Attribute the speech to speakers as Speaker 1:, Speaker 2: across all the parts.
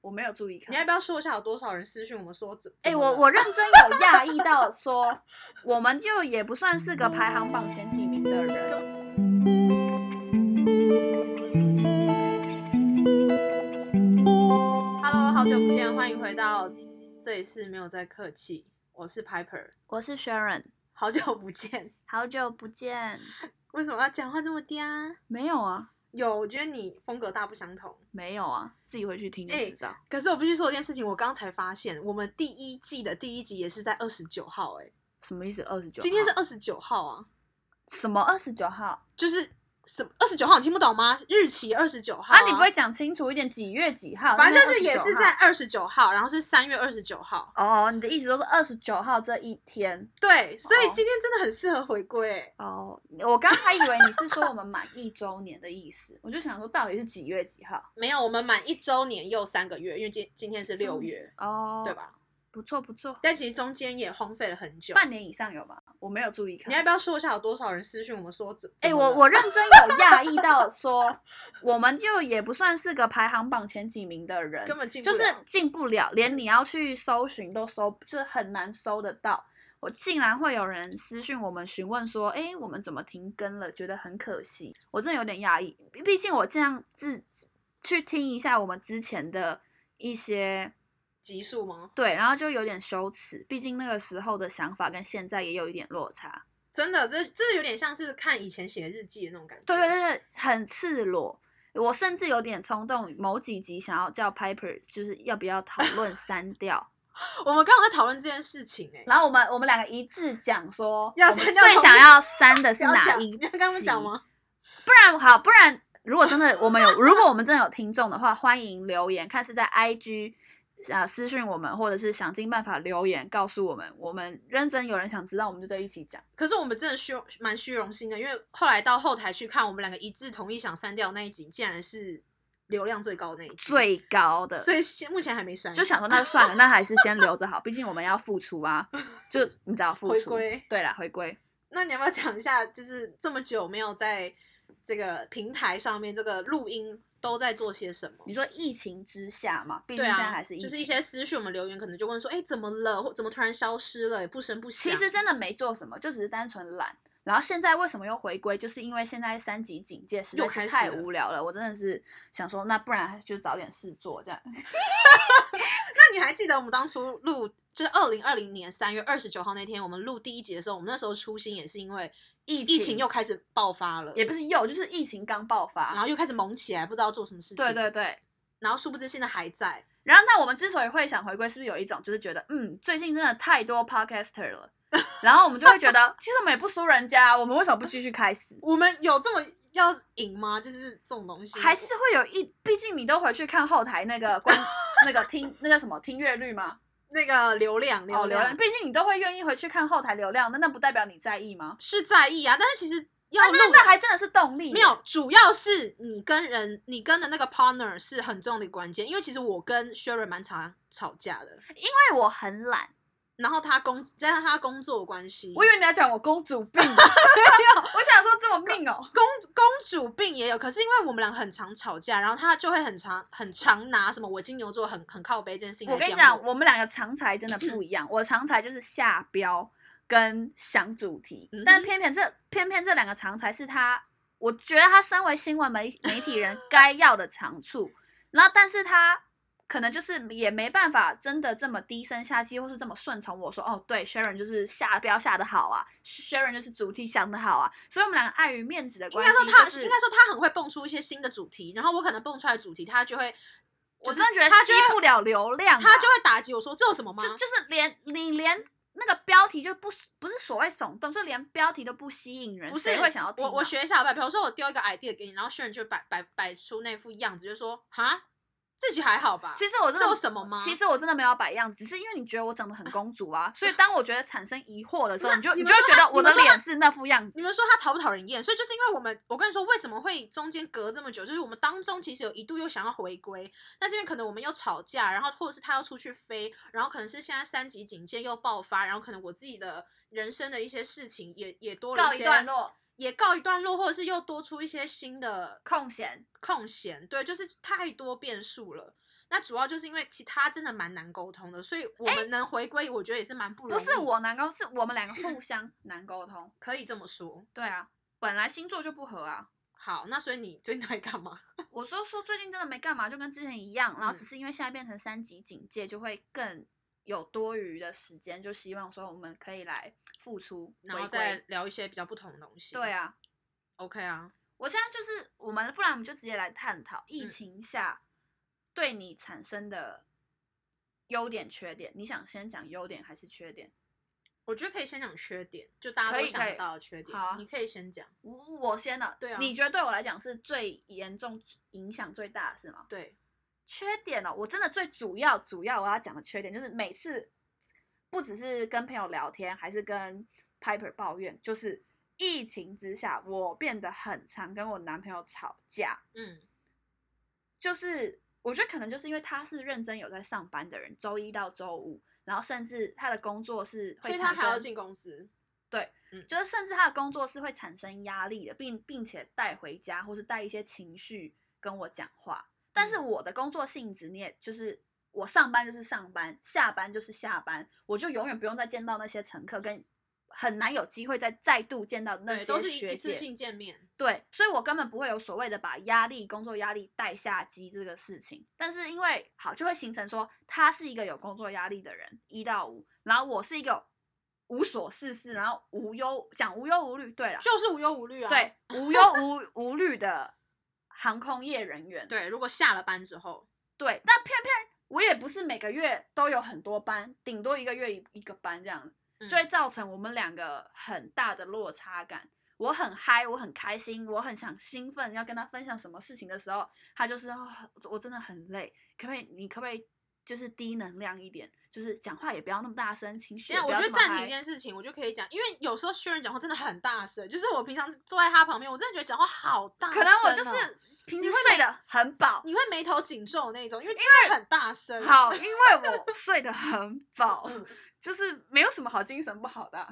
Speaker 1: 我没有注意看
Speaker 2: 你。要不要说一下有多少人私讯我们说怎？
Speaker 1: 哎、
Speaker 2: 怎么
Speaker 1: 我
Speaker 2: 了
Speaker 1: 我认真有讶异到说，我们就也不算是个排行榜前几名的人。
Speaker 2: Hello，好久不见，欢迎回到这里是没有在客气，我是 Piper，
Speaker 1: 我是 Sharon，
Speaker 2: 好久不见，
Speaker 1: 好久不见。
Speaker 2: 为什么要讲话这么嗲？
Speaker 1: 没有啊，
Speaker 2: 有，我觉得你风格大不相同。
Speaker 1: 没有啊，自己回去听就
Speaker 2: 哎
Speaker 1: 知道。
Speaker 2: 可是我必须说一件事情，我刚才发现，我们第一季的第一集也是在二十九号、哎，
Speaker 1: 什么意思？二十九？
Speaker 2: 今天是二十九号啊，
Speaker 1: 什么二十九号？
Speaker 2: 就是什么二十九号，你听不懂吗？日期二十九号
Speaker 1: 啊，你不会讲清楚一点？几月几号？
Speaker 2: 反正
Speaker 1: 那
Speaker 2: 就是也是
Speaker 1: 29号
Speaker 2: 在二十九号，然后是三月二十九号。
Speaker 1: 哦，你的意思都是二十九号这一天
Speaker 2: 对，所以
Speaker 1: 哦
Speaker 2: 今天真的很适合回归、哎
Speaker 1: 哦。我刚还以为你是说我们满一周年的意思，我就想说到底是几月几号？
Speaker 2: 没有，我们满一周年又三个月，因为今今天是六月，
Speaker 1: 哦，
Speaker 2: 对？吧？
Speaker 1: 不错不错，
Speaker 2: 但其实中间也荒废了很久。
Speaker 1: 半年以上有吧？我没有注意看
Speaker 2: 你。要不要说一下有多少人私讯我们说怎？
Speaker 1: 哎、
Speaker 2: 怎么
Speaker 1: 我
Speaker 2: 了
Speaker 1: 我认真有 讶异到说，我们就也不算是个排行榜前几名的人，
Speaker 2: 根本进不
Speaker 1: 就
Speaker 2: 了
Speaker 1: 是进不了，连你要去搜寻都搜，就是很难搜得到。我竟然会有人私讯我们询问说，哎、我们怎么停更了？觉得很可惜，我真的有点讶异。毕毕竟我这样自去听一下我们之前的一些
Speaker 2: 集数吗？
Speaker 1: 对，然后就有点羞耻，毕竟那个时候的想法跟现在也有一点落差。
Speaker 2: 真的，这这有点像是看以前写日记的那种感觉。
Speaker 1: 对对对，很赤裸。我甚至有点冲动，某几集想要叫 Piper，就是要不要讨 论删掉。
Speaker 2: 我们刚刚在讨论这件事情、哎，
Speaker 1: 然后我们我们两个一致讲说，
Speaker 2: 要
Speaker 1: 我们
Speaker 2: 删掉
Speaker 1: 最
Speaker 2: 同
Speaker 1: 想
Speaker 2: 一
Speaker 1: 要删的是
Speaker 2: 不要
Speaker 1: 哪
Speaker 2: 讲
Speaker 1: 一
Speaker 2: 你要跟他们讲
Speaker 1: 集
Speaker 2: 吗？
Speaker 1: 不然好，不然如果真的我们有，如果我们真的有听众的话，欢迎留言，看是在 IG 啊、私讯我们，或者是想尽办法留言告诉我们。我们认真有人想知道，我们就在一起讲。
Speaker 2: 可是我们真的虚荣蛮虚荣心的，因为后来到后台去看，我们两个一致同意想删掉那一集，竟然是流量最高的那一集，
Speaker 1: 最高的，
Speaker 2: 所以现目前还没删，
Speaker 1: 就想说那 就算了，那还是先留着好，毕竟我们要付出啊，就你知道付出。
Speaker 2: 回归
Speaker 1: 对啦，回归。
Speaker 2: 那你要不要讲一下，就是这么久没有在这个平台上面这个录音都在做些什么？
Speaker 1: 你说疫情之下嘛，毕竟
Speaker 2: 对
Speaker 1: 现在
Speaker 2: 啊，
Speaker 1: 还是疫情，
Speaker 2: 就是一些私讯我们留言，可能就问说，哎、怎么了？或怎么突然消失了？也不声不响。
Speaker 1: 其实真的没做什么，就只是单纯懒。然后现在为什么又回归？就是因为现在三级警戒实在
Speaker 2: 又开
Speaker 1: 是
Speaker 2: 始
Speaker 1: 太
Speaker 2: 了
Speaker 1: 无聊了，我真的是想说，那不然就找点事做这样。
Speaker 2: 那你还记得我们当初录，就是二零二零年三月二十九号那天，我们录第一集的时候，我们那时候初心也是因为
Speaker 1: 疫
Speaker 2: 疫情又开始爆发了，
Speaker 1: 也不是又，就是疫情刚爆
Speaker 2: 然
Speaker 1: 发。
Speaker 2: 后又开始猛起来，不知道做什么事情。
Speaker 1: 对对对，
Speaker 2: 然后殊不知现在还在，
Speaker 1: 然后，那我们之所以会想回归，是不是有一种就是觉得，嗯，最近真的太多 podcaster 了， 然后我们就会觉得，其实我们也不输人家啊，我们为什么不继续开始？
Speaker 2: 我们有这么要赢吗？就是这种东西，
Speaker 1: 还是会有一，毕竟你都回去看后台那个观那个听那个什么听阅率吗？
Speaker 2: 那个流量，
Speaker 1: 哦，流
Speaker 2: 量
Speaker 1: 量，毕竟你都会愿意回去看后台流量，那那不代表你在意吗？
Speaker 2: 是在意啊，但是其实要
Speaker 1: 那
Speaker 2: 录
Speaker 1: 那那还真的是动力，
Speaker 2: 没有，主要是你跟人，你跟的那个 partner 是很重要的关键，因为其实我跟 Sharon 蛮常吵架的，
Speaker 1: 因为我很懒。
Speaker 2: 然后他工加上他工作的关系，
Speaker 1: 我以为你要讲我公主 病，我想说这么命哦。
Speaker 2: 公公主病也有，可是因为我们两个很常吵架，然后他就会很常很常拿什么我金牛座很很靠背这件事情来
Speaker 1: 我跟你
Speaker 2: 刁
Speaker 1: 讲，我们两个常才真的不 一样，我常才就是下标跟想主题，
Speaker 2: 嗯哼
Speaker 1: 但偏偏这偏偏这两个常才是他，我觉得他身为新闻媒媒体人该要的长处，然后但是他。可能就是也没办法真的这么低声下气，或是这么顺从我说哦，对，Sharon 就是下标下的好啊，Sharon 就是主题想的好啊，所以我们两个碍于面子的
Speaker 2: 应
Speaker 1: 关
Speaker 2: 该
Speaker 1: 系、
Speaker 2: 说
Speaker 1: 就是，
Speaker 2: 他应该说他很会蹦出一些新的主题，然后我可能蹦出来的主题，他就会，
Speaker 1: 我
Speaker 2: 就是
Speaker 1: 真的觉得
Speaker 2: 他
Speaker 1: 吸
Speaker 2: 就会
Speaker 1: 不了流量啊，
Speaker 2: 他就会打击我说这有什么吗？
Speaker 1: 就就是连你连那个标题就不不是所谓耸动，就连标题都不吸引人，
Speaker 2: 不是
Speaker 1: 谁会想要听啊、
Speaker 2: 我我学一下吧，比如说我丢一个 idea 给你，然后 Sharon 就摆摆摆出那副样子，就说哈，自己还好吧。
Speaker 1: 其实我真
Speaker 2: 这
Speaker 1: 的
Speaker 2: 有什么吗
Speaker 1: 其实我真的没有摆样子，只是因为你觉得我长得很公主啊， 所以当我觉得产生疑惑的时候，你就
Speaker 2: 你
Speaker 1: 你
Speaker 2: 们
Speaker 1: 就会
Speaker 2: 说
Speaker 1: 觉
Speaker 2: 他
Speaker 1: 得我
Speaker 2: 你们
Speaker 1: 的
Speaker 2: 说他啊
Speaker 1: 脸是那副样子。
Speaker 2: 你们说他讨不讨人厌？所以就是因为我们，我跟你说，为什么会中间隔这么久？就是我们当中其实有一度又想要回归，但是因为可能我们又吵架，然后或者是他要出去飞，然后可能是现在三级警戒又爆发，然后可能我自己的人生的一些事情也也多了
Speaker 1: 告
Speaker 2: 一
Speaker 1: 一
Speaker 2: 些
Speaker 1: 段，落，
Speaker 2: 也告一段落，或者是又多出一些新的
Speaker 1: 空闲。
Speaker 2: 空闲，对，就是太多变数了。那主要就是因为其他真的蛮难沟通的，所以我们能回归，我觉得也是蛮不容
Speaker 1: 不
Speaker 2: 易。
Speaker 1: 是我难沟通，是我们两个互相难沟通。
Speaker 2: 可以这么说。
Speaker 1: 对啊，本来星座就不合啊。
Speaker 2: 好，那所以你最近在干嘛？
Speaker 1: 我说说最近真的没干嘛，就跟之前一样，然后只
Speaker 2: 嗯
Speaker 1: 是因为现在变成三级警戒，就会更有多余的时间，就希望说我们可以来付出，
Speaker 2: 然
Speaker 1: 回
Speaker 2: 后再
Speaker 1: 归
Speaker 2: 聊一些比较不同的东西。
Speaker 1: 对啊，
Speaker 2: ，OK 啊，
Speaker 1: 我现在就是我们，不然我们就直接来探讨疫
Speaker 2: 嗯
Speaker 1: 情下对你产生的优点、缺点。你想先讲优点还是缺点？
Speaker 2: 我觉得可以先讲缺点，就大家
Speaker 1: 可
Speaker 2: 都
Speaker 1: 以
Speaker 2: 想
Speaker 1: 可
Speaker 2: 得
Speaker 1: 以
Speaker 2: 到的缺点，
Speaker 1: 好啊
Speaker 2: 你可以先讲。
Speaker 1: 我我先了。
Speaker 2: 对啊
Speaker 1: 你觉得对我来讲是最严重、影响最大的是吗？
Speaker 2: 对，
Speaker 1: 缺点哦，我真的最主要主要我要讲的缺点就是每次不只是跟朋友聊天，还是跟 Piper 抱怨，就是疫情之下我变得很常跟我男朋友吵架。
Speaker 2: 嗯
Speaker 1: 就是我觉得可能就是因为他是认真有在上班的人，周一到周五，然后甚至他的工作是会
Speaker 2: 所以他
Speaker 1: 产
Speaker 2: 还要
Speaker 1: 生，
Speaker 2: 进公司。
Speaker 1: 就是甚至他的工作是会产生压力的，并并且带回家或是带一些情绪跟我讲话。但是
Speaker 2: 嗯
Speaker 1: 我的工作性质，你也就是我上班就是上班，下班就是下班，我就永远不用再见到那些乘客跟。很难有机会再再度见到那
Speaker 2: 对，
Speaker 1: 些
Speaker 2: 都是一
Speaker 1: 学
Speaker 2: 一次
Speaker 1: 姐，
Speaker 2: 性见面。
Speaker 1: 对，所以我根本不会有所谓的把压力、工作压力带下机这个事情。但是因为好，就会形成说他是一个有工作压力的人，一到五，然后我是一个无所事事，然后无忧讲无忧无虑。对了，
Speaker 2: 就是无忧无虑啊。
Speaker 1: 对，无忧无无虑的航空业人员。
Speaker 2: 对，如果下了班之后，
Speaker 1: 对，但偏偏我也不是每个月都有很多班，顶多一个月一一个班这样。
Speaker 2: 嗯
Speaker 1: 就会造成我们两个很大的落差感。我很嗨，我很开心，我很想兴奋，要跟他分享什么事情的时候，他就是、哦、我真的很累，可不可以？你可不可以就是低能量一点，就是讲话也不要那么大声，情绪
Speaker 2: 等一
Speaker 1: 也不
Speaker 2: 下我
Speaker 1: 要
Speaker 2: 觉
Speaker 1: 这
Speaker 2: 得
Speaker 1: 么
Speaker 2: 暂停
Speaker 1: 嗨
Speaker 2: 这。件事情，我就可以讲，因为有时候薛仁讲话真的很大声，就是我平常坐在他旁边，我真的觉得讲话好大声
Speaker 1: 可
Speaker 2: 哦、
Speaker 1: 能我就是 平
Speaker 2: 你
Speaker 1: 时
Speaker 2: 会
Speaker 1: 睡得很 饱，
Speaker 2: 你会眉头紧皱的那种，因为真的很大声。
Speaker 1: 好，因为我睡得很饱，
Speaker 2: 嗯
Speaker 1: 就是没有什么好精神不好的啊、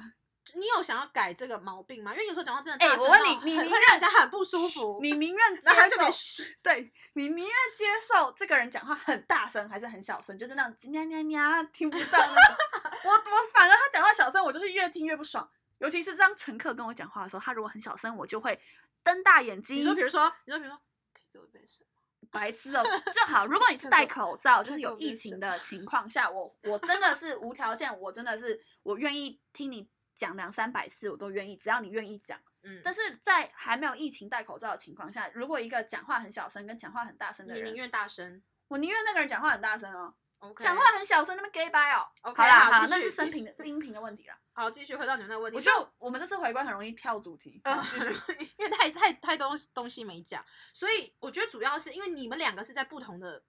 Speaker 2: 你有想要改这个毛病吗？因为有时候讲话真的
Speaker 1: 哎
Speaker 2: 大声
Speaker 1: 我
Speaker 2: 到
Speaker 1: 问
Speaker 2: 很，
Speaker 1: 你你
Speaker 2: 会
Speaker 1: 你
Speaker 2: 让人家很不舒服。
Speaker 1: 你宁愿接
Speaker 2: 然后他就
Speaker 1: 受
Speaker 2: 没嘘
Speaker 1: 对你宁愿接受这个人讲话很大声，还是很小声，就是那种叽呀呀呀听不到那种。我我反而他讲话小声，我就是越听越不爽。尤其是当乘客跟我讲话的时候，他如果很小声，我就会瞪大眼睛。
Speaker 2: 你说比如说，你说比如说，可以给我一杯水吗。
Speaker 1: 白痴哦，就好。如果你 是戴口罩，就是有疫情的情况下，我我真的是无条件，我真的是我愿意听你讲两三百次，我都愿意，只要你愿意讲。
Speaker 2: 嗯，
Speaker 1: 但是在还没有疫情戴口罩的情况下，如果一个讲话很小声跟讲话很大声的
Speaker 2: 你
Speaker 1: 人，
Speaker 2: 宁愿大声。
Speaker 1: 我宁愿那个人讲话很大声哦，
Speaker 2: OK，
Speaker 1: 讲话很小声，那么 gay 掰哦。
Speaker 2: OK，
Speaker 1: 好啦好啦
Speaker 2: 好，继
Speaker 1: 那
Speaker 2: 续
Speaker 1: 是声频的音频的问题啦。
Speaker 2: 好，继续回到你们那个问题。
Speaker 1: 我觉得我们这次回归很容易跳主题。
Speaker 2: 嗯
Speaker 1: 好继 续。，
Speaker 2: 因为太太太多东西没讲，所以我觉得主要是因为你们两个是在不同的，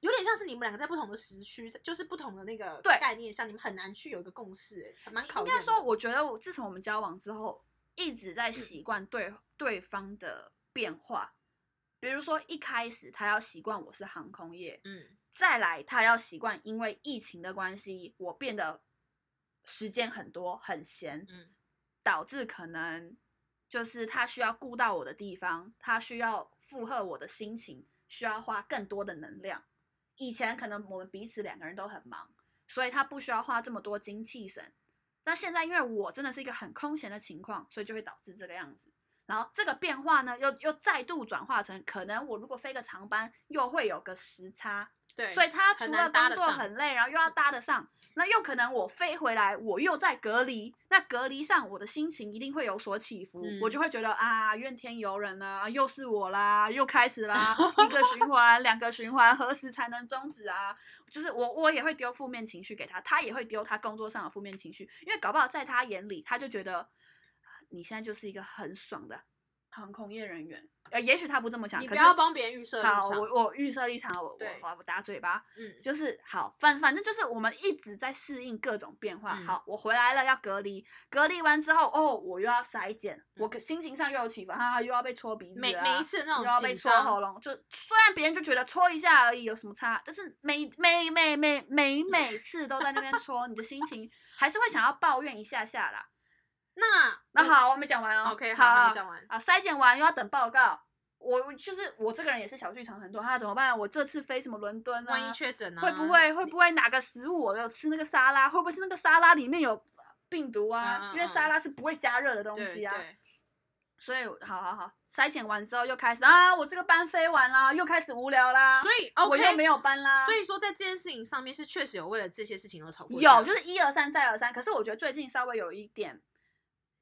Speaker 2: 有点像是你们两个在不同的时区，就是不同的那个
Speaker 1: 对
Speaker 2: 概念上，你们很难去有一个共识，哎还蛮考
Speaker 1: 应
Speaker 2: 验的。嗯
Speaker 1: 该说，我觉得我自从我们交往之后，一直在习惯对对方的变化。比如说，一开始他要习惯我是航空业，
Speaker 2: 嗯，
Speaker 1: 再来他要习惯，因为疫情的关系，我变得时间很多很闲，
Speaker 2: 嗯，
Speaker 1: 导致可能就是他需要顾到我的地方，他需要负荷我的心情，需要花更多的能量。以前可能我们彼此两个人都很忙，所以他不需要花这么多精气神。那现在因为我真的是一个很空闲的情况，所以就会导致这个样子。然后这个变化呢，又又再度转化成可能我如果飞个长班，又会有个时差，
Speaker 2: 对，
Speaker 1: 所以他除
Speaker 2: 很
Speaker 1: 了
Speaker 2: 难搭
Speaker 1: 工
Speaker 2: 得
Speaker 1: 作
Speaker 2: 上嗯
Speaker 1: 很累，然后又要搭得上，那又可能我飞回来，我又在隔离，那隔离上我的心情一定会有所起伏，我
Speaker 2: 嗯
Speaker 1: 就会觉得啊，怨天尤人啦、啊，又是我啦，又开始 啦，一个循环，两个循环，何时才能终止啊？就是我我也会丢负面情绪给他，他也会丢他工作上的负面情绪，因为搞不好在他眼里，他就觉得啊你现在就是一个很爽的航空业人员，呃，也许他不这么想，
Speaker 2: 你
Speaker 1: 可
Speaker 2: 不
Speaker 1: 是
Speaker 2: 要帮别人预设立
Speaker 1: 好，
Speaker 2: 场
Speaker 1: 我我预设立场，我
Speaker 2: 对
Speaker 1: 我我打嘴巴，
Speaker 2: 嗯，
Speaker 1: 就是好，反反正就是我们一直在适应各种变化。
Speaker 2: 嗯
Speaker 1: 好，我回来了要隔离，隔离完之后哦，我又要筛检，我可心情上又有起伏，哈、哈，又要被戳鼻子
Speaker 2: 嗯每
Speaker 1: 啊
Speaker 2: 每一次那
Speaker 1: 又要
Speaker 2: 种
Speaker 1: 被
Speaker 2: 紧
Speaker 1: 戳
Speaker 2: 张
Speaker 1: 喉，咙，就虽然别人就觉得戳一下而已，有什么差？但是每每每每每每次都在那边戳，你的心情还是会想要抱怨一下下啦。
Speaker 2: 那
Speaker 1: 那好，我还没讲完哦。
Speaker 2: OK，
Speaker 1: 好
Speaker 2: 好，那
Speaker 1: 啊
Speaker 2: 你讲完。
Speaker 1: 啊，筛检完又要等报告，我就是我这个人也是小剧场很多，啊他怎么办？我这次飞什么伦敦
Speaker 2: 万一
Speaker 1: 啊？
Speaker 2: 确诊啊，
Speaker 1: 会不会会不会哪个食物我有吃那个沙拉？会不会是那个沙拉里面有病毒
Speaker 2: 嗯
Speaker 1: 啊？
Speaker 2: 嗯
Speaker 1: 因为沙拉是不会加热的东
Speaker 2: 对
Speaker 1: 西啊。
Speaker 2: 对
Speaker 1: 所以好好好，筛检完之后又开始啊，我这个班飞完啦，又开始无聊啦，
Speaker 2: 所以 OK，
Speaker 1: 啊我又没有啊班啦。
Speaker 2: 所以说在这件事情上面是确实有为了这些事情而吵过架，
Speaker 1: 有，就是一而三，再而三。可是我觉得最近稍微有一点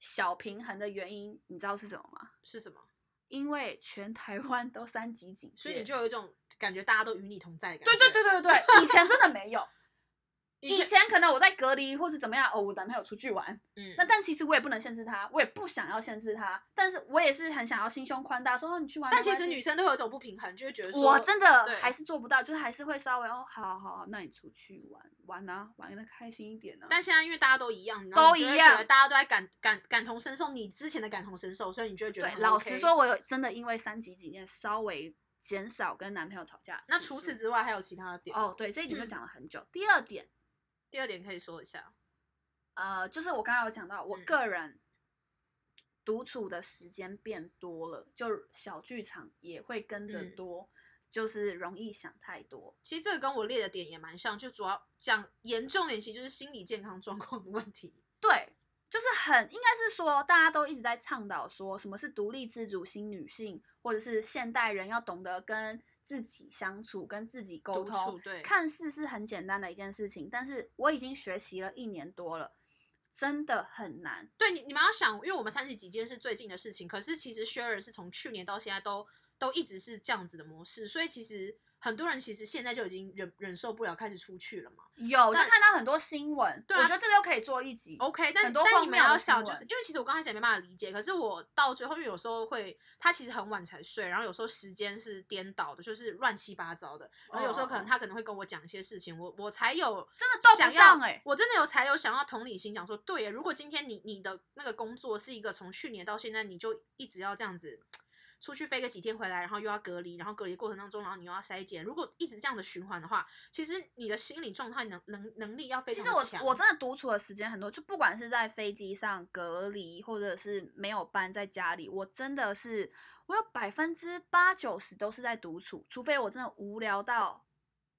Speaker 1: 小平衡的原因，你知道是什么吗？
Speaker 2: 是什么？
Speaker 1: 因为全台湾都三级警戒，
Speaker 2: 所以你就有一种感觉大家都与你同在的感
Speaker 1: 对
Speaker 2: 觉。
Speaker 1: 对对对对， 以前真的没有。
Speaker 2: 以
Speaker 1: 以
Speaker 2: 前，
Speaker 1: 前可能我在隔离或是怎么样，哦，我男朋友出去玩，
Speaker 2: 嗯，
Speaker 1: 那但其实我也不能限制他，我也不想要限制他，但是我也是很想要心胸宽大，说哦你去玩。
Speaker 2: 但
Speaker 1: 没
Speaker 2: 其
Speaker 1: 关
Speaker 2: 实
Speaker 1: 系
Speaker 2: 女生都会有一种不平衡，就会觉得说，
Speaker 1: 我真的
Speaker 2: 对
Speaker 1: 还是做不到，就是还是会稍微哦，好好好，那你出去玩玩啊，玩的开心一点啊。
Speaker 2: 但现在因为大家都一样，然
Speaker 1: 都
Speaker 2: 后你就会
Speaker 1: 一样
Speaker 2: 觉得大家都在感感感同身受你之前的感同身受，所以你就会觉得、
Speaker 1: 对，老实，说，我有真的因为三级警戒稍微减少跟男朋友吵架的次数。
Speaker 2: 那除此之外嗯还有其他的点
Speaker 1: 哦，对，这一点就讲了很久。第二点，
Speaker 2: 第二点可以说一下，
Speaker 1: 呃，就是我刚才有讲到，我
Speaker 2: 嗯
Speaker 1: 个人独处的时间变多了，就小剧场也会跟着
Speaker 2: 嗯
Speaker 1: 多，就是容易想太多。
Speaker 2: 其实这个跟我列的点也蛮像，就主要讲严重点，其实就是心理健康状况的问题。
Speaker 1: 对，就是很应该是说，大家都一直在倡导说什么是独立自主新女性，或者是现代人要懂得跟自己相处、跟自己沟
Speaker 2: 独处
Speaker 1: 通。
Speaker 2: 对，
Speaker 1: 看似是很简单的一件事情，但是我已经学习了一年多了，真的很难。
Speaker 2: 对你你们要想，因为我们三十几间是最近的事情，可是其实 Sharon 是从去年到现在都都一直是这样子的模式，所以其实很多人其实现在就已经忍忍受不了，开始出去了嘛。
Speaker 1: 有，就
Speaker 2: 但
Speaker 1: 看到很多新闻，
Speaker 2: 对啊哦
Speaker 1: 我觉得这个又可以做一集。
Speaker 2: OK，但
Speaker 1: 很多
Speaker 2: 但
Speaker 1: 荒
Speaker 2: 你们
Speaker 1: 谬的
Speaker 2: 要想，
Speaker 1: 新
Speaker 2: 就是
Speaker 1: 闻
Speaker 2: 因为其实我刚开始也没办法理解，可是我到最后，因为有时候会，他其实很晚才睡，然后有时候时间是颠倒的，就是乱七八糟的，然后有时候可能
Speaker 1: 哦
Speaker 2: 他可能会跟我讲一些事情，我我才有
Speaker 1: 真的斗
Speaker 2: 想
Speaker 1: 不
Speaker 2: 要
Speaker 1: 上哎、
Speaker 2: 我真的有才有想要同理心，讲说对耶，如果今天你你的那个工作是一个从去年到现在你就一直要这样子。出去飞个几天回来，然后又要隔离，然后隔离过程当中，然后你又要筛检。如果一直这样的循环的话，其实你的心理状态能能能力要非
Speaker 1: 其
Speaker 2: 常
Speaker 1: 实
Speaker 2: 地强。
Speaker 1: 我我真的独处的时间很多，就不管是在飞机上隔离，或者是没有班在家里，我真的是我有百分之八九十都是在独处，除非我真的无聊到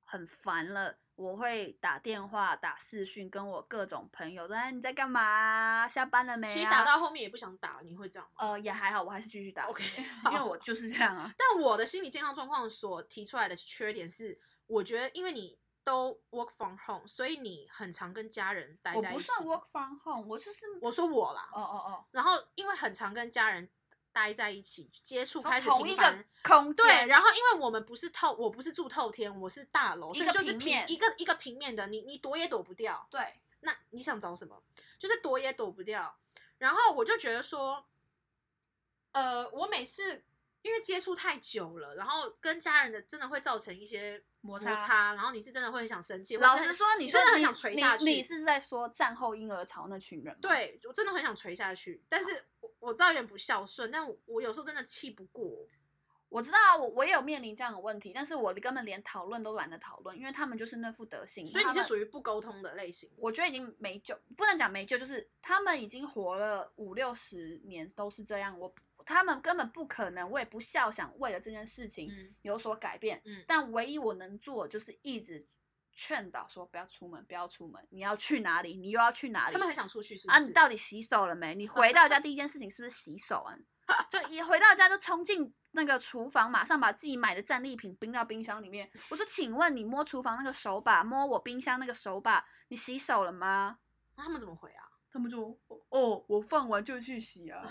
Speaker 1: 很烦了。我会打电话、打视讯，跟我各种朋友，哎，你在干嘛啊？下班了没、啊？
Speaker 2: 其实打到后面也不想打，你会这样吗？
Speaker 1: 呃也还好，我还是继续打
Speaker 2: OK，
Speaker 1: 因为我就是这样啊。
Speaker 2: 但我的心理健康状况所提出来的缺点是，我觉得因为你都 work from home，所以你很常跟家人待
Speaker 1: 我
Speaker 2: 在一
Speaker 1: 不
Speaker 2: 起。
Speaker 1: 算 work from home，我就是
Speaker 2: 我说我啦，
Speaker 1: 哦哦
Speaker 2: 然后因为很常跟家人待在一起，接触
Speaker 1: 哦，
Speaker 2: 开始
Speaker 1: 同
Speaker 2: 频
Speaker 1: 一个
Speaker 2: 繁。
Speaker 1: 空间，
Speaker 2: 对，然后因为我们不是透，我不是住透天，我是大楼，
Speaker 1: 一
Speaker 2: 所以
Speaker 1: 个
Speaker 2: 就是
Speaker 1: 平
Speaker 2: 平
Speaker 1: 面
Speaker 2: 一个一个平面的，你你躲也躲不掉。
Speaker 1: 对，
Speaker 2: 那你想找什么？就是躲也躲不掉。然后我就觉得说，呃，我每次因为接触太久了，然后跟家人的真的会造成一些
Speaker 1: 摩
Speaker 2: 擦，
Speaker 1: 擦
Speaker 2: 然后你是真的会很想生气。
Speaker 1: 老
Speaker 2: 或是
Speaker 1: 实
Speaker 2: 很
Speaker 1: 说，你
Speaker 2: 你
Speaker 1: 说
Speaker 2: 真的很
Speaker 1: 你
Speaker 2: 想垂下去
Speaker 1: 你，你是在说战后婴儿潮那群人吗？，
Speaker 2: 对我真的很想垂下去，但是我我知道有点不孝顺，但我我有时候真的气不过。
Speaker 1: 我知道啊，我我也有面临这样的问题，但是我根本连讨论都懒得讨论，因为他们就是那副德行。
Speaker 2: 所以你是
Speaker 1: 于
Speaker 2: 属于不沟通的类型。
Speaker 1: 我觉得已经没救，不能讲没救，就是他们已经活了五六十年都是这样，我他们根本不可能，我也不笑想为了这件事情
Speaker 2: 嗯，
Speaker 1: 有所改变。
Speaker 2: 嗯
Speaker 1: 但唯一我能做就是一直劝导说不要出门，不要出门，你要去哪里，你又要去哪里。
Speaker 2: 他们很想出去，是不
Speaker 1: 啊，
Speaker 2: 是？
Speaker 1: 你到底洗手了没？你回到家第一件事情是不是洗手啊？就一回到家就冲进那个厨房，马上把自己买的战利品冰到冰箱里面。我说，请问你摸厨房那个手把，摸我冰箱那个手把，你洗手了吗？
Speaker 2: 那他们怎么回啊？
Speaker 1: 他们就哦，我放完就去洗啊。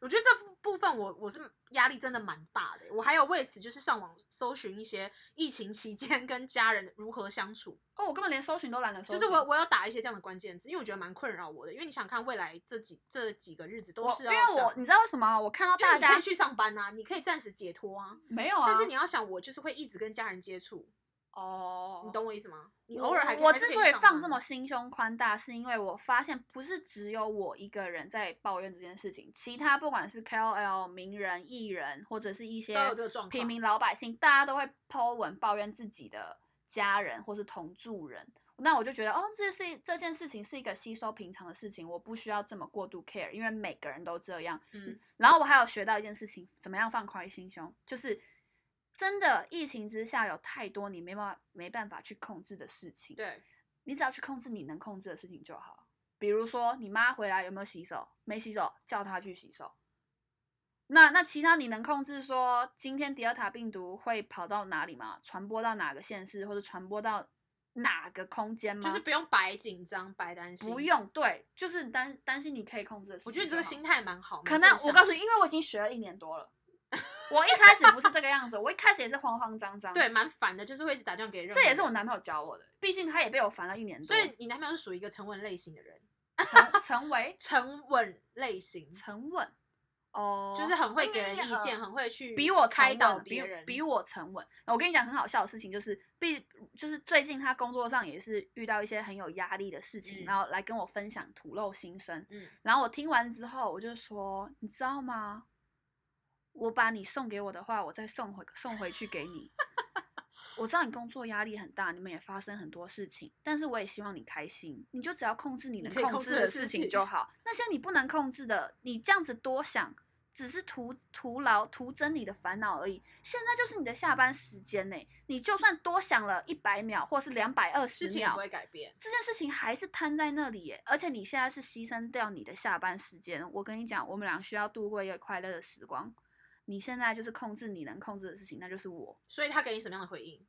Speaker 2: 我觉得这部部分我我是压力真的蛮大的，我还有为此就是上网搜寻一些疫情期间 跟家人如何相处，
Speaker 1: 哦，我根本连搜寻都懒得搜
Speaker 2: 就
Speaker 1: 寻。
Speaker 2: 是我我有打一些这样的关键字，因为我觉得蛮困扰我的，因为你想看未来这几这几个日子都
Speaker 1: 我
Speaker 2: 是
Speaker 1: 因
Speaker 2: 要
Speaker 1: 为
Speaker 2: 这样
Speaker 1: 我你知道为什么啊？我看到
Speaker 2: 因
Speaker 1: 大
Speaker 2: 为你可
Speaker 1: 家
Speaker 2: 以去上班啊，你可以暂时解脱啊，
Speaker 1: 没有啊，
Speaker 2: 但是你要想我就是会一直跟家人接触，
Speaker 1: 哦，
Speaker 2: 你懂我意思吗？你
Speaker 1: 我
Speaker 2: 偶尔还可以
Speaker 1: 嗯我
Speaker 2: 还是
Speaker 1: 之
Speaker 2: 可以
Speaker 1: 所以
Speaker 2: 去上
Speaker 1: 放
Speaker 2: 班啊
Speaker 1: 这么心胸宽大，是因为我发现不是只有我一个人在抱怨这件事情，其他不管是 KOL、名人、艺人，或者是一些
Speaker 2: 都有这个状
Speaker 1: 平
Speaker 2: 况，嗯
Speaker 1: 民老百姓，大家都会 Po 文抱怨自己的家人或是同住人。那我就觉得哦，这是这件事情是一个吸收平常的事情，我不需要这么过度 care，因为每个人都这样。
Speaker 2: 嗯，
Speaker 1: 然后我还有学到一件事情，怎么样放宽心胸，就是真的疫情之下有太多你没办法没办法去控制的事情，
Speaker 2: 对，
Speaker 1: 你只要去控制你能控制的事情就好。比如说你妈回来有没有洗手，没洗手叫她去洗手。那那其他你能控制说今天迪尔塔病毒会跑到哪里吗？传播到哪个县市或者传播到哪个空间吗？
Speaker 2: 就是不用白紧张、白担心。
Speaker 1: 不，用对，就是担担心你可以控制的事情就好。
Speaker 2: 我觉得你这个心态蛮好。蛮
Speaker 1: 可能
Speaker 2: 正
Speaker 1: 我
Speaker 2: 向
Speaker 1: 告诉你，因为我已经学了一年多了，我一开始不是这个样子，我一开始也是慌慌张张。
Speaker 2: 对，，蛮烦的，就是会一直打电话给任何
Speaker 1: 这
Speaker 2: 人。
Speaker 1: 也是我男朋友教我的，毕竟他也被我烦了一年多。
Speaker 2: 所以你男朋友是属于一个沉稳类型的人，
Speaker 1: 成成为
Speaker 2: 沉稳类型
Speaker 1: 沉稳哦，
Speaker 2: 就是很会
Speaker 1: 应
Speaker 2: 给
Speaker 1: 该
Speaker 2: 人
Speaker 1: 是
Speaker 2: 意
Speaker 1: 很
Speaker 2: 见，很会去
Speaker 1: 比我沉
Speaker 2: 开
Speaker 1: 稳
Speaker 2: 导
Speaker 1: 比
Speaker 2: 别
Speaker 1: 我
Speaker 2: 人，
Speaker 1: 比我沉稳。我跟你讲很好笑的事情，就是毕就是最近他工作上也是遇到一些很有压力的事情，
Speaker 2: 嗯
Speaker 1: 然后来跟我分享吐露心声。
Speaker 2: 嗯，
Speaker 1: 然后我听完之后，我就说，你知道吗？我把你送给我的话，我再送回送回去给 你。我知道你工作压力很大，你们也发生很多事情，但是我也希望你开心，你就只要控制你
Speaker 2: 你
Speaker 1: 能
Speaker 2: 可以控
Speaker 1: 制
Speaker 2: 制的
Speaker 1: 的
Speaker 2: 事
Speaker 1: 事情
Speaker 2: 情
Speaker 1: 就好。那些你不能控制的，你这样子多想，只是徒徒劳徒增你的烦恼而已。现在就是你的下班时间呢，你就算多想了一百秒或是两百二十
Speaker 2: 事情也
Speaker 1: 秒
Speaker 2: 不，会改变。
Speaker 1: 这件事情还是摊在那里耶，而且你现在是牺牲掉你的下班时间。我跟你讲，我们俩需要度过一个快乐的时光。你现在就是控制你能控制的事情，那就是我。
Speaker 2: 所以他给你什么样的回应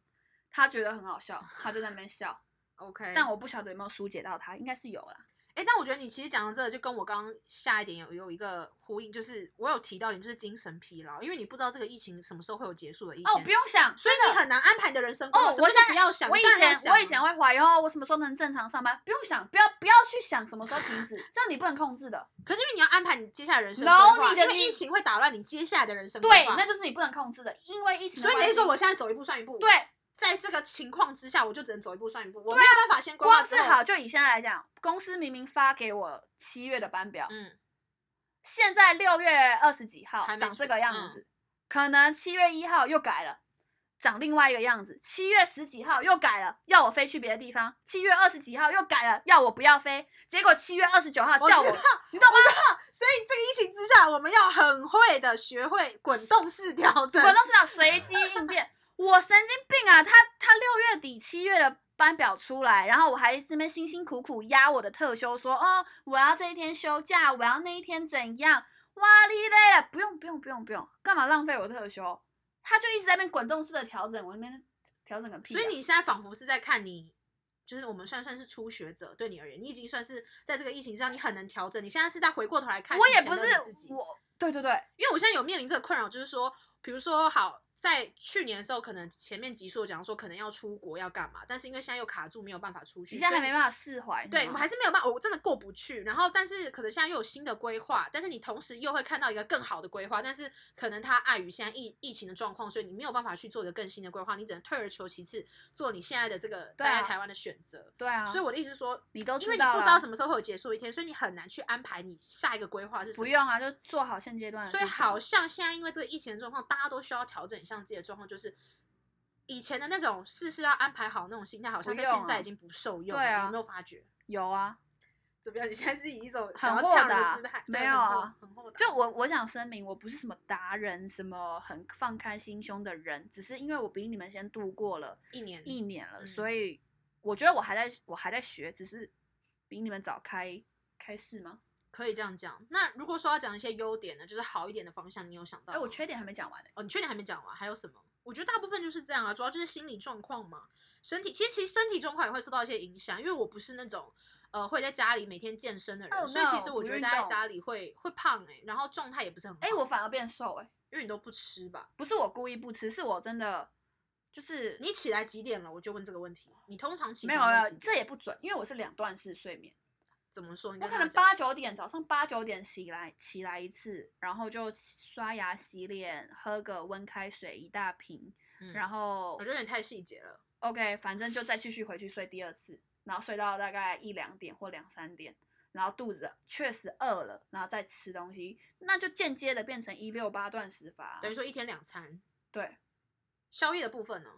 Speaker 1: 他觉得很好笑，他就在那边笑，
Speaker 2: ？OK，
Speaker 1: 但我不晓得有没有疏解到他，应该是有啦。
Speaker 2: 哎，但我觉得你其实讲到这个，就跟我刚刚下一点有有一个呼应，就是我有提到你就是精神疲劳，因为你不知道这个疫情什么时候会有结束的一天，
Speaker 1: 哦，不用想，
Speaker 2: 所以
Speaker 1: 真
Speaker 2: 你
Speaker 1: 的
Speaker 2: 很难安排你的人生规划
Speaker 1: 哦，
Speaker 2: 什么
Speaker 1: 我
Speaker 2: 事
Speaker 1: 现在
Speaker 2: 不要想，
Speaker 1: 我以
Speaker 2: 当然要
Speaker 1: 前
Speaker 2: 想啊
Speaker 1: 我以前会怀疑哦，我什么时候能正常上班？不用想，不要不要去想什么时候停止，这你不能控制的。
Speaker 2: 可是因为你要安排你接下来人生
Speaker 1: No，
Speaker 2: 规划，
Speaker 1: 你的
Speaker 2: 因为
Speaker 1: 你
Speaker 2: 疫情会打乱你接下来的人生
Speaker 1: 对
Speaker 2: 规，划。
Speaker 1: 那就是你不能控制的，因为疫情的
Speaker 2: 所以你
Speaker 1: 关
Speaker 2: 的意
Speaker 1: 系。
Speaker 2: 思说，我现在走一步算一步？
Speaker 1: 对，
Speaker 2: 在这个情况之下，我就只能走一步算一步，我没有办法先规划
Speaker 1: 啊光
Speaker 2: 之
Speaker 1: 是
Speaker 2: 后。
Speaker 1: 好，就以现在来讲，公司明明发给我七月的班表，
Speaker 2: 嗯，
Speaker 1: 现在六月二十几号
Speaker 2: 还没
Speaker 1: 长
Speaker 2: 出
Speaker 1: 这个样子，可能七月一号又改了，长另外一个样子；七月十几号又改了，要我飞去别的地方；七月二十几号又改了，要我不要飞。结果七月二十九号
Speaker 2: 我
Speaker 1: 啊叫
Speaker 2: 知
Speaker 1: 我
Speaker 2: 道，
Speaker 1: 你懂吗？
Speaker 2: 所以这个疫情之下，我们要很会的学会滚动式调整。
Speaker 1: 滚动市场随机应变，我神经病啊！他他六月底七月的。班表出来，然后我还这边辛辛苦苦压我的特休说哦，我要这一天休假，我要那一天怎样？哇哩嘞了，不用不用不用不用，干嘛浪费我特休？他就一直在那边滚动式的调整，我那边调整个屁啊、
Speaker 2: 所以你现在仿佛是在看你，就是我们算算是初学者，对你而言，你已经算是在这个疫情之上，你很能调整。你现在是在回过头来看，
Speaker 1: 我也不是
Speaker 2: 自己，
Speaker 1: 我，对对对，
Speaker 2: 因为我现在有面临这个困扰，就是说，比如说好。在去年的时候，可能前面集数有讲说可能要出国要干嘛，但是因为现在又卡住，没有办法出去，
Speaker 1: 你现在还
Speaker 2: 所以
Speaker 1: 没办法释怀，
Speaker 2: 对
Speaker 1: 你知
Speaker 2: 我
Speaker 1: 道吗
Speaker 2: 还是没有办法，我真的过不去。然后，但是可能现在又有新的规划，但是你同时又会看到一个更好的规划，但是可能它碍于现在疫疫情的状况，所以你没有办法去做一个更新的规划，你只能退而求其次，做你现在的这个
Speaker 1: 对啊
Speaker 2: 待在台湾的选择。
Speaker 1: 对啊，
Speaker 2: 所以我的意思是说，
Speaker 1: 你都
Speaker 2: 因
Speaker 1: 知
Speaker 2: 为你
Speaker 1: 道
Speaker 2: 不
Speaker 1: 了
Speaker 2: 知道什么时候会有结束一天，所以你很难去安排你下一个规划是什么。
Speaker 1: 不用啊，就做好现阶段的事
Speaker 2: 所
Speaker 1: 情，
Speaker 2: 以好像现在因为这个疫情的状况，大家都需要调整一下自己的状况，就是以前的那种事事要安排好那种心态，好像
Speaker 1: 不
Speaker 2: 在
Speaker 1: 用
Speaker 2: 现在
Speaker 1: 啊
Speaker 2: 已经不受用了，
Speaker 1: 对啊
Speaker 2: 有没有发觉？
Speaker 1: 有啊，
Speaker 2: 怎么样？你现在是以一种
Speaker 1: 很
Speaker 2: 想要
Speaker 1: 豁
Speaker 2: 呛人
Speaker 1: 达
Speaker 2: 的姿态，
Speaker 1: 没
Speaker 2: 对
Speaker 1: 有
Speaker 2: 很豁
Speaker 1: 啊
Speaker 2: 很豁达
Speaker 1: 就我我想声明，我不是什么达人，什么很放开心胸的人，只是因为我比你们先度过了
Speaker 2: 一年
Speaker 1: 一年了，
Speaker 2: 嗯
Speaker 1: 所以我觉得我还在我还在学，只是比你们早开开市吗？
Speaker 2: 可以这样讲。那如果说要讲一些优点呢，就是好一点的方向，你有想到
Speaker 1: 哎、
Speaker 2: 吗？
Speaker 1: 我缺点还没讲完呢、
Speaker 2: 哦，你缺点还没讲完，还有什么？我觉得大部分就是这样啊，主要就是心理状况嘛，身体其实其实身体状况也会受到一些影响，因为我不是那种呃会在家里每天健身的人
Speaker 1: Oh
Speaker 2: 所以其
Speaker 1: no，
Speaker 2: 实我
Speaker 1: 不
Speaker 2: 觉得
Speaker 1: 运
Speaker 2: 待在
Speaker 1: 动
Speaker 2: 家里会会胖哎、然后状态也不是很好，
Speaker 1: 哎、我反而变瘦哎、
Speaker 2: 因为你都不吃吧？
Speaker 1: 不是我故意不吃，是我真的就是
Speaker 2: 你起来几点了？我就问这个问题。你通常起
Speaker 1: 没有
Speaker 2: 床
Speaker 1: 没
Speaker 2: 都
Speaker 1: 有，
Speaker 2: 几
Speaker 1: 这
Speaker 2: 点
Speaker 1: 也不准，因为我是两段式睡眠。
Speaker 2: 怎么说？你
Speaker 1: 我可
Speaker 2: 跟大
Speaker 1: 能
Speaker 2: 家讲
Speaker 1: 八九点早上八九点起来起来一次，然后就刷牙洗脸，喝个温开水一大瓶，
Speaker 2: 嗯
Speaker 1: 然后
Speaker 2: 我觉得你太细节了。
Speaker 1: OK，反正就再继续回去睡第二次，然后睡到大概一两点或两三点，然后肚子确实饿了，然后再吃东西，那就间接的变成一六八断食法啊。
Speaker 2: 等于说一天两餐。
Speaker 1: 对，
Speaker 2: 宵夜的部分呢？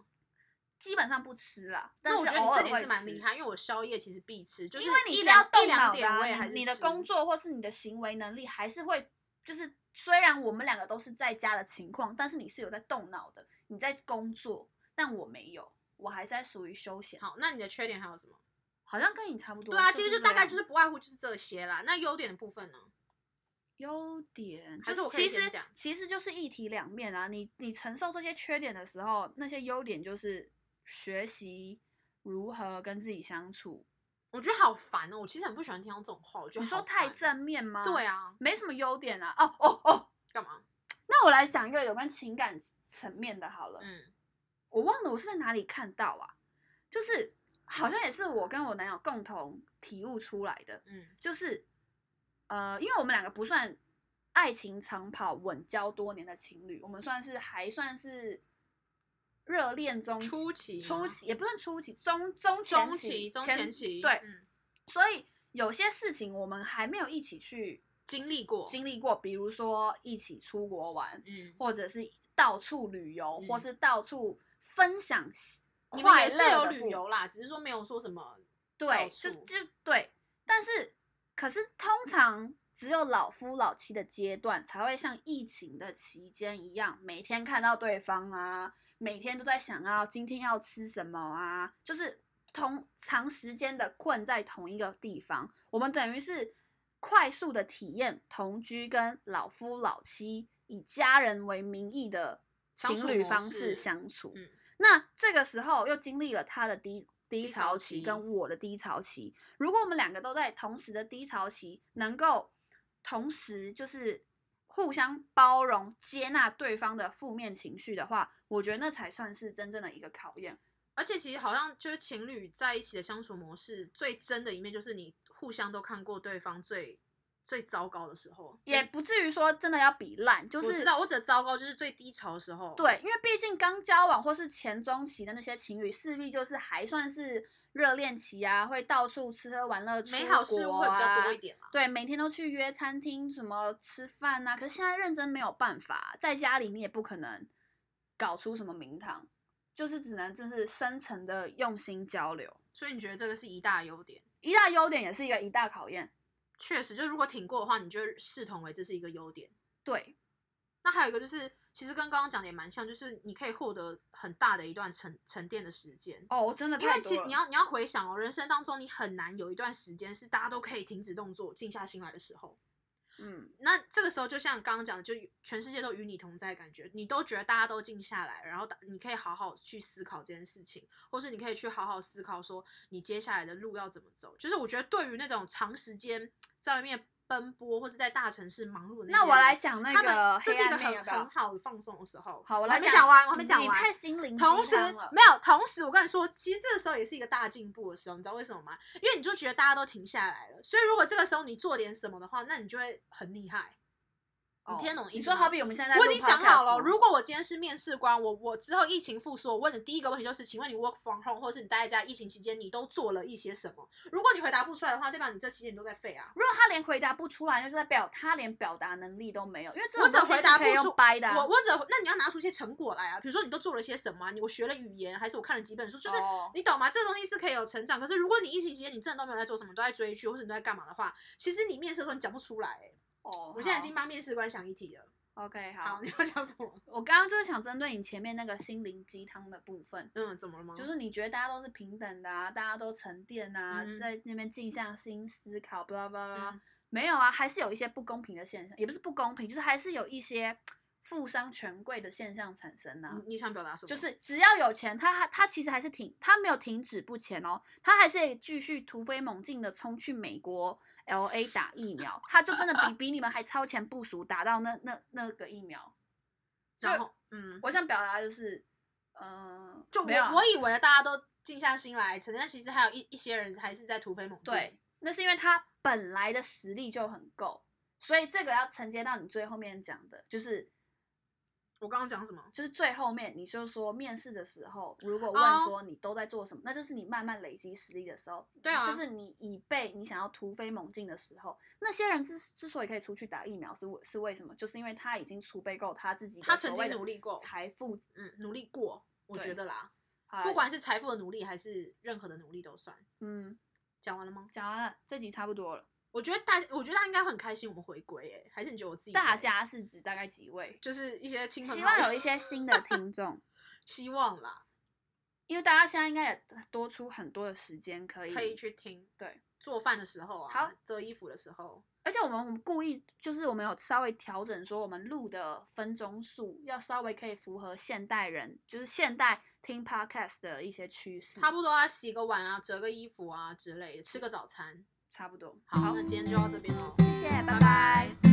Speaker 1: 基本上不吃啦，但
Speaker 2: 那
Speaker 1: 是
Speaker 2: 我觉得
Speaker 1: 偶
Speaker 2: 你这
Speaker 1: 尔
Speaker 2: 点
Speaker 1: 会
Speaker 2: 是蛮
Speaker 1: 吃
Speaker 2: 厉害，因为我宵夜其实必吃，就是
Speaker 1: 因为你
Speaker 2: 一
Speaker 1: 是
Speaker 2: 两
Speaker 1: 要
Speaker 2: 一
Speaker 1: 动
Speaker 2: 两
Speaker 1: 脑的、
Speaker 2: 点
Speaker 1: 啊
Speaker 2: 我也还
Speaker 1: 你
Speaker 2: 是
Speaker 1: 你的
Speaker 2: 吃
Speaker 1: 工作或是你的行为能力还是会，就是虽然我们两个都是在家的情况，但是你是有在动脑的，你在工作，但我没有，我还是在属于休闲，
Speaker 2: 好，那你的缺点还有什么？
Speaker 1: 好像跟你差不多。
Speaker 2: 对啊，其实
Speaker 1: 就
Speaker 2: 就大概
Speaker 1: 这
Speaker 2: 就是
Speaker 1: 样
Speaker 2: 不外乎就是这些啦。那优点的部分呢？
Speaker 1: 优点，
Speaker 2: 还
Speaker 1: 就是
Speaker 2: 我可以
Speaker 1: 其
Speaker 2: 先
Speaker 1: 实
Speaker 2: 讲
Speaker 1: 其实就是一体两面啊。你你承受这些缺点的时候，那些优点就是学习如何跟自己相处。
Speaker 2: 我觉得好烦哦，我其实很不喜欢听到这种话，我觉得
Speaker 1: 你说
Speaker 2: 好
Speaker 1: 太
Speaker 2: 烦
Speaker 1: 正面吗？
Speaker 2: 对，啊，
Speaker 1: 没什么优点啊。哦哦哦，
Speaker 2: 干嘛？
Speaker 1: 那我来讲一个有关情感层面的好了。
Speaker 2: 嗯，
Speaker 1: 我忘了我是在哪里看到啊，就是好像也是我跟我男友共同体悟出来的，
Speaker 2: 嗯
Speaker 1: 就是呃，因为我们两个不算爱情长跑稳交多年的情侣，我们算是还算是热恋中
Speaker 2: 初期
Speaker 1: 初
Speaker 2: 吗
Speaker 1: 期也不算初期，中中前
Speaker 2: 中期、中前期，
Speaker 1: 对，
Speaker 2: 嗯，
Speaker 1: 所以有些事情我们还没有一起去
Speaker 2: 经历过，
Speaker 1: 经历过，比如说一起出国玩，
Speaker 2: 嗯，
Speaker 1: 或者是到处旅游，
Speaker 2: 嗯
Speaker 1: 或是到处分享喜
Speaker 2: 你们
Speaker 1: 快
Speaker 2: 也是
Speaker 1: 乐
Speaker 2: 有
Speaker 1: 的
Speaker 2: 旅
Speaker 1: 部
Speaker 2: 游啦，只是说没有说什么，
Speaker 1: 对，
Speaker 2: 到
Speaker 1: 就
Speaker 2: 处
Speaker 1: 就对。但是，可是通常只有老夫老妻的阶段才会像疫情的期间一样，每天看到对方啊，每天都在想要今天要吃什么啊，就是同长时间的困在同一个地方，我们等于是快速的体验同居跟老夫老妻以家人为名义的
Speaker 2: 相
Speaker 1: 情
Speaker 2: 处
Speaker 1: 侣
Speaker 2: 模
Speaker 1: 方
Speaker 2: 式
Speaker 1: 式相处。
Speaker 2: 嗯
Speaker 1: 那这个时候又经历了他的低低
Speaker 2: 低潮
Speaker 1: 潮期
Speaker 2: 期
Speaker 1: 跟我的低潮期，如果我们两个都在同时的低潮期，能够同时就是互相包容、接纳对方的负面情绪的话，我觉得那才算是真正的一个考验。
Speaker 2: 而且其实好像就是情侣在一起的相处模式，最真的一面就是你互相都看过对方最最糟糕的时候，
Speaker 1: 也不至于说真的要比烂，就
Speaker 2: 我
Speaker 1: 是
Speaker 2: 知道，我只糟糕就是最低潮的时候，，
Speaker 1: 对，因为毕竟刚交往或是前中期的那些情侣，势必就是还算是热恋期啊，会到处吃喝玩乐、
Speaker 2: 美
Speaker 1: 出
Speaker 2: 好事物
Speaker 1: 国
Speaker 2: 会比较
Speaker 1: 啊
Speaker 2: 多一点啦。
Speaker 1: 对，每天都去约餐厅什么吃饭呐、可是现在认真没有办法，在家里你也不可能搞出什么名堂，就是只能就是深层的用心交流。
Speaker 2: 所以你觉得这个是一大优点？
Speaker 1: 一大优点也是一个一大考验，
Speaker 2: 确实，就如果挺过的话，你就视同为这是一个优点。
Speaker 1: 对，
Speaker 2: 那还有一个就是，其实跟刚刚讲的也蛮像，就是你可以获得很大的一段沉沉淀的时间。
Speaker 1: 哦，真的
Speaker 2: 因为
Speaker 1: 太
Speaker 2: 其
Speaker 1: 多
Speaker 2: 实
Speaker 1: 了
Speaker 2: 你要你要回想哦，人生当中你很难有一段时间是大家都可以停止动作、静下心来的时候。
Speaker 1: 嗯，
Speaker 2: 那这个时候就像刚刚讲的，就全世界都与你同在，感觉你都觉得大家都静下来，然后大你可以好好去思考这件事情，或是你可以去好好思考说你接下来的路要怎么走。就是我觉得对于那种长时间在外面奔波或是在大城市忙碌的些人，
Speaker 1: 那我来讲那
Speaker 2: 他
Speaker 1: 个
Speaker 2: 们这
Speaker 1: 黑
Speaker 2: 是一个
Speaker 1: 暗面
Speaker 2: 很
Speaker 1: 要不要
Speaker 2: 很？好的放松的时候。
Speaker 1: 好，
Speaker 2: 我
Speaker 1: 来
Speaker 2: 还没讲完，我还没
Speaker 1: 你
Speaker 2: 讲
Speaker 1: 你
Speaker 2: 完。
Speaker 1: 太心灵鸡
Speaker 2: 同时
Speaker 1: 汤了
Speaker 2: 没有，同时我跟你说，其实这个时候也是一个大进步的时候，你知道为什么吗？因为你就觉得大家都停下来了，所以如果这个时候你做点什么的话，那你就会很厉害。
Speaker 1: 哦
Speaker 2: 你听得懂
Speaker 1: 你
Speaker 2: 意思
Speaker 1: 说
Speaker 2: 吗？
Speaker 1: 好比我们现在在
Speaker 2: 我
Speaker 1: 录
Speaker 2: 已经想
Speaker 1: podcast
Speaker 2: 好了，
Speaker 1: 吗
Speaker 2: 如果我今天是面试官，我我之后疫情复苏，我问的第一个问题就是，请问你 work from home 或是你待在家疫情期间，你都做了一些什么？如果你回答不出来的话，代表你这期间你都在废啊。
Speaker 1: 如果他连回答不出来，就是代表他连表达能力都没有，因为这
Speaker 2: 我
Speaker 1: 种
Speaker 2: 只
Speaker 1: 东西
Speaker 2: 回
Speaker 1: 是
Speaker 2: 答
Speaker 1: 可以
Speaker 2: 不
Speaker 1: 用
Speaker 2: 出
Speaker 1: 掰的啊、
Speaker 2: 我我只那你要拿出一些成果来啊，比如说你都做了些什么、啊，你我学了语言，还是我看了几本书，就是
Speaker 1: 哦
Speaker 2: 你懂吗？这个东西是可以有成长。可是如果你疫情期间你真的都没有在做什么，都在追剧或是你都在干嘛的话，其实你面试的时候你讲不出来、欸。
Speaker 1: 哦，
Speaker 2: 我现在已
Speaker 1: 好
Speaker 2: 经帮面试官想一题了。
Speaker 1: OK
Speaker 2: 好，你要讲什么？
Speaker 1: 我刚刚就是想针对你前面那个心灵鸡汤的部分，
Speaker 2: 嗯，怎么了吗？
Speaker 1: 就是你觉得大家都是平等的啊，大家都沉淀啊，
Speaker 2: 嗯
Speaker 1: 在那边静下心思考，巴拉巴拉
Speaker 2: 嗯。
Speaker 1: 没有啊，还是有一些不公平的现象，也不是不公平，就是还是有一些富商权贵的现象产生啊。
Speaker 2: 你你想表达什么？
Speaker 1: 就是只要有钱，他还他其实还是停，他没有停止不前哦，他还是得继续突飞猛进的冲去美国 L A 打疫苗，他就真的比比你们还超前部署，打到那那那个疫苗。
Speaker 2: 然后嗯，
Speaker 1: 我想表达就是，呃，
Speaker 2: 就我
Speaker 1: 没有啊
Speaker 2: 我以为大家都静下心来，承认其实还有一一些人还是在突飞猛进。
Speaker 1: 对，那是因为他本来的实力就很够，所以这个要承接到你最后面讲的，就是
Speaker 2: 我刚刚讲什么？
Speaker 1: 就是最后面你就说面试的时候，如果
Speaker 2: 哦
Speaker 1: 问说你都在做什么，那就是你慢慢累积实力的时候，
Speaker 2: 对啊
Speaker 1: 就是你以备你想要突飞猛进的时候，那些人之之所以可以出去打疫苗是为是为什么？就是因为他已经储备够他自己的
Speaker 2: 他
Speaker 1: 所
Speaker 2: 曾
Speaker 1: 谓
Speaker 2: 经
Speaker 1: 的
Speaker 2: 努力过，
Speaker 1: 财富呃
Speaker 2: 嗯，努力过，我
Speaker 1: 对
Speaker 2: 觉得啦。
Speaker 1: 好啦
Speaker 2: 不管是财富的努力还是任何的努力都算。
Speaker 1: 嗯，
Speaker 2: 讲完了吗？
Speaker 1: 讲完了，这集差不多了。
Speaker 2: 我觉得大家，我觉得大家应该会很开心，我们回归哎、还是你觉得我自己
Speaker 1: 大
Speaker 2: 累
Speaker 1: 家是指大概几位？
Speaker 2: 就是一些亲朋
Speaker 1: 希
Speaker 2: 好
Speaker 1: 望
Speaker 2: 友
Speaker 1: 有一些新的听 众，
Speaker 2: 希望啦，
Speaker 1: 因为大家现在应该也多出很多的时间可以，
Speaker 2: 可以去听。
Speaker 1: 对，
Speaker 2: 做饭的时候啊，
Speaker 1: 好嗯
Speaker 2: 折衣服的时候，
Speaker 1: 而且我们我们故意就是我们有稍微调整，说我们录的分钟数要稍微可以符合现代人，就是现代听 podcast 的一些趋势，
Speaker 2: 差不多啊，洗个碗啊，折个衣服啊之类的，吃个早餐。
Speaker 1: 差不多。
Speaker 2: 好，那今天就到这边喽。
Speaker 1: 谢谢，拜拜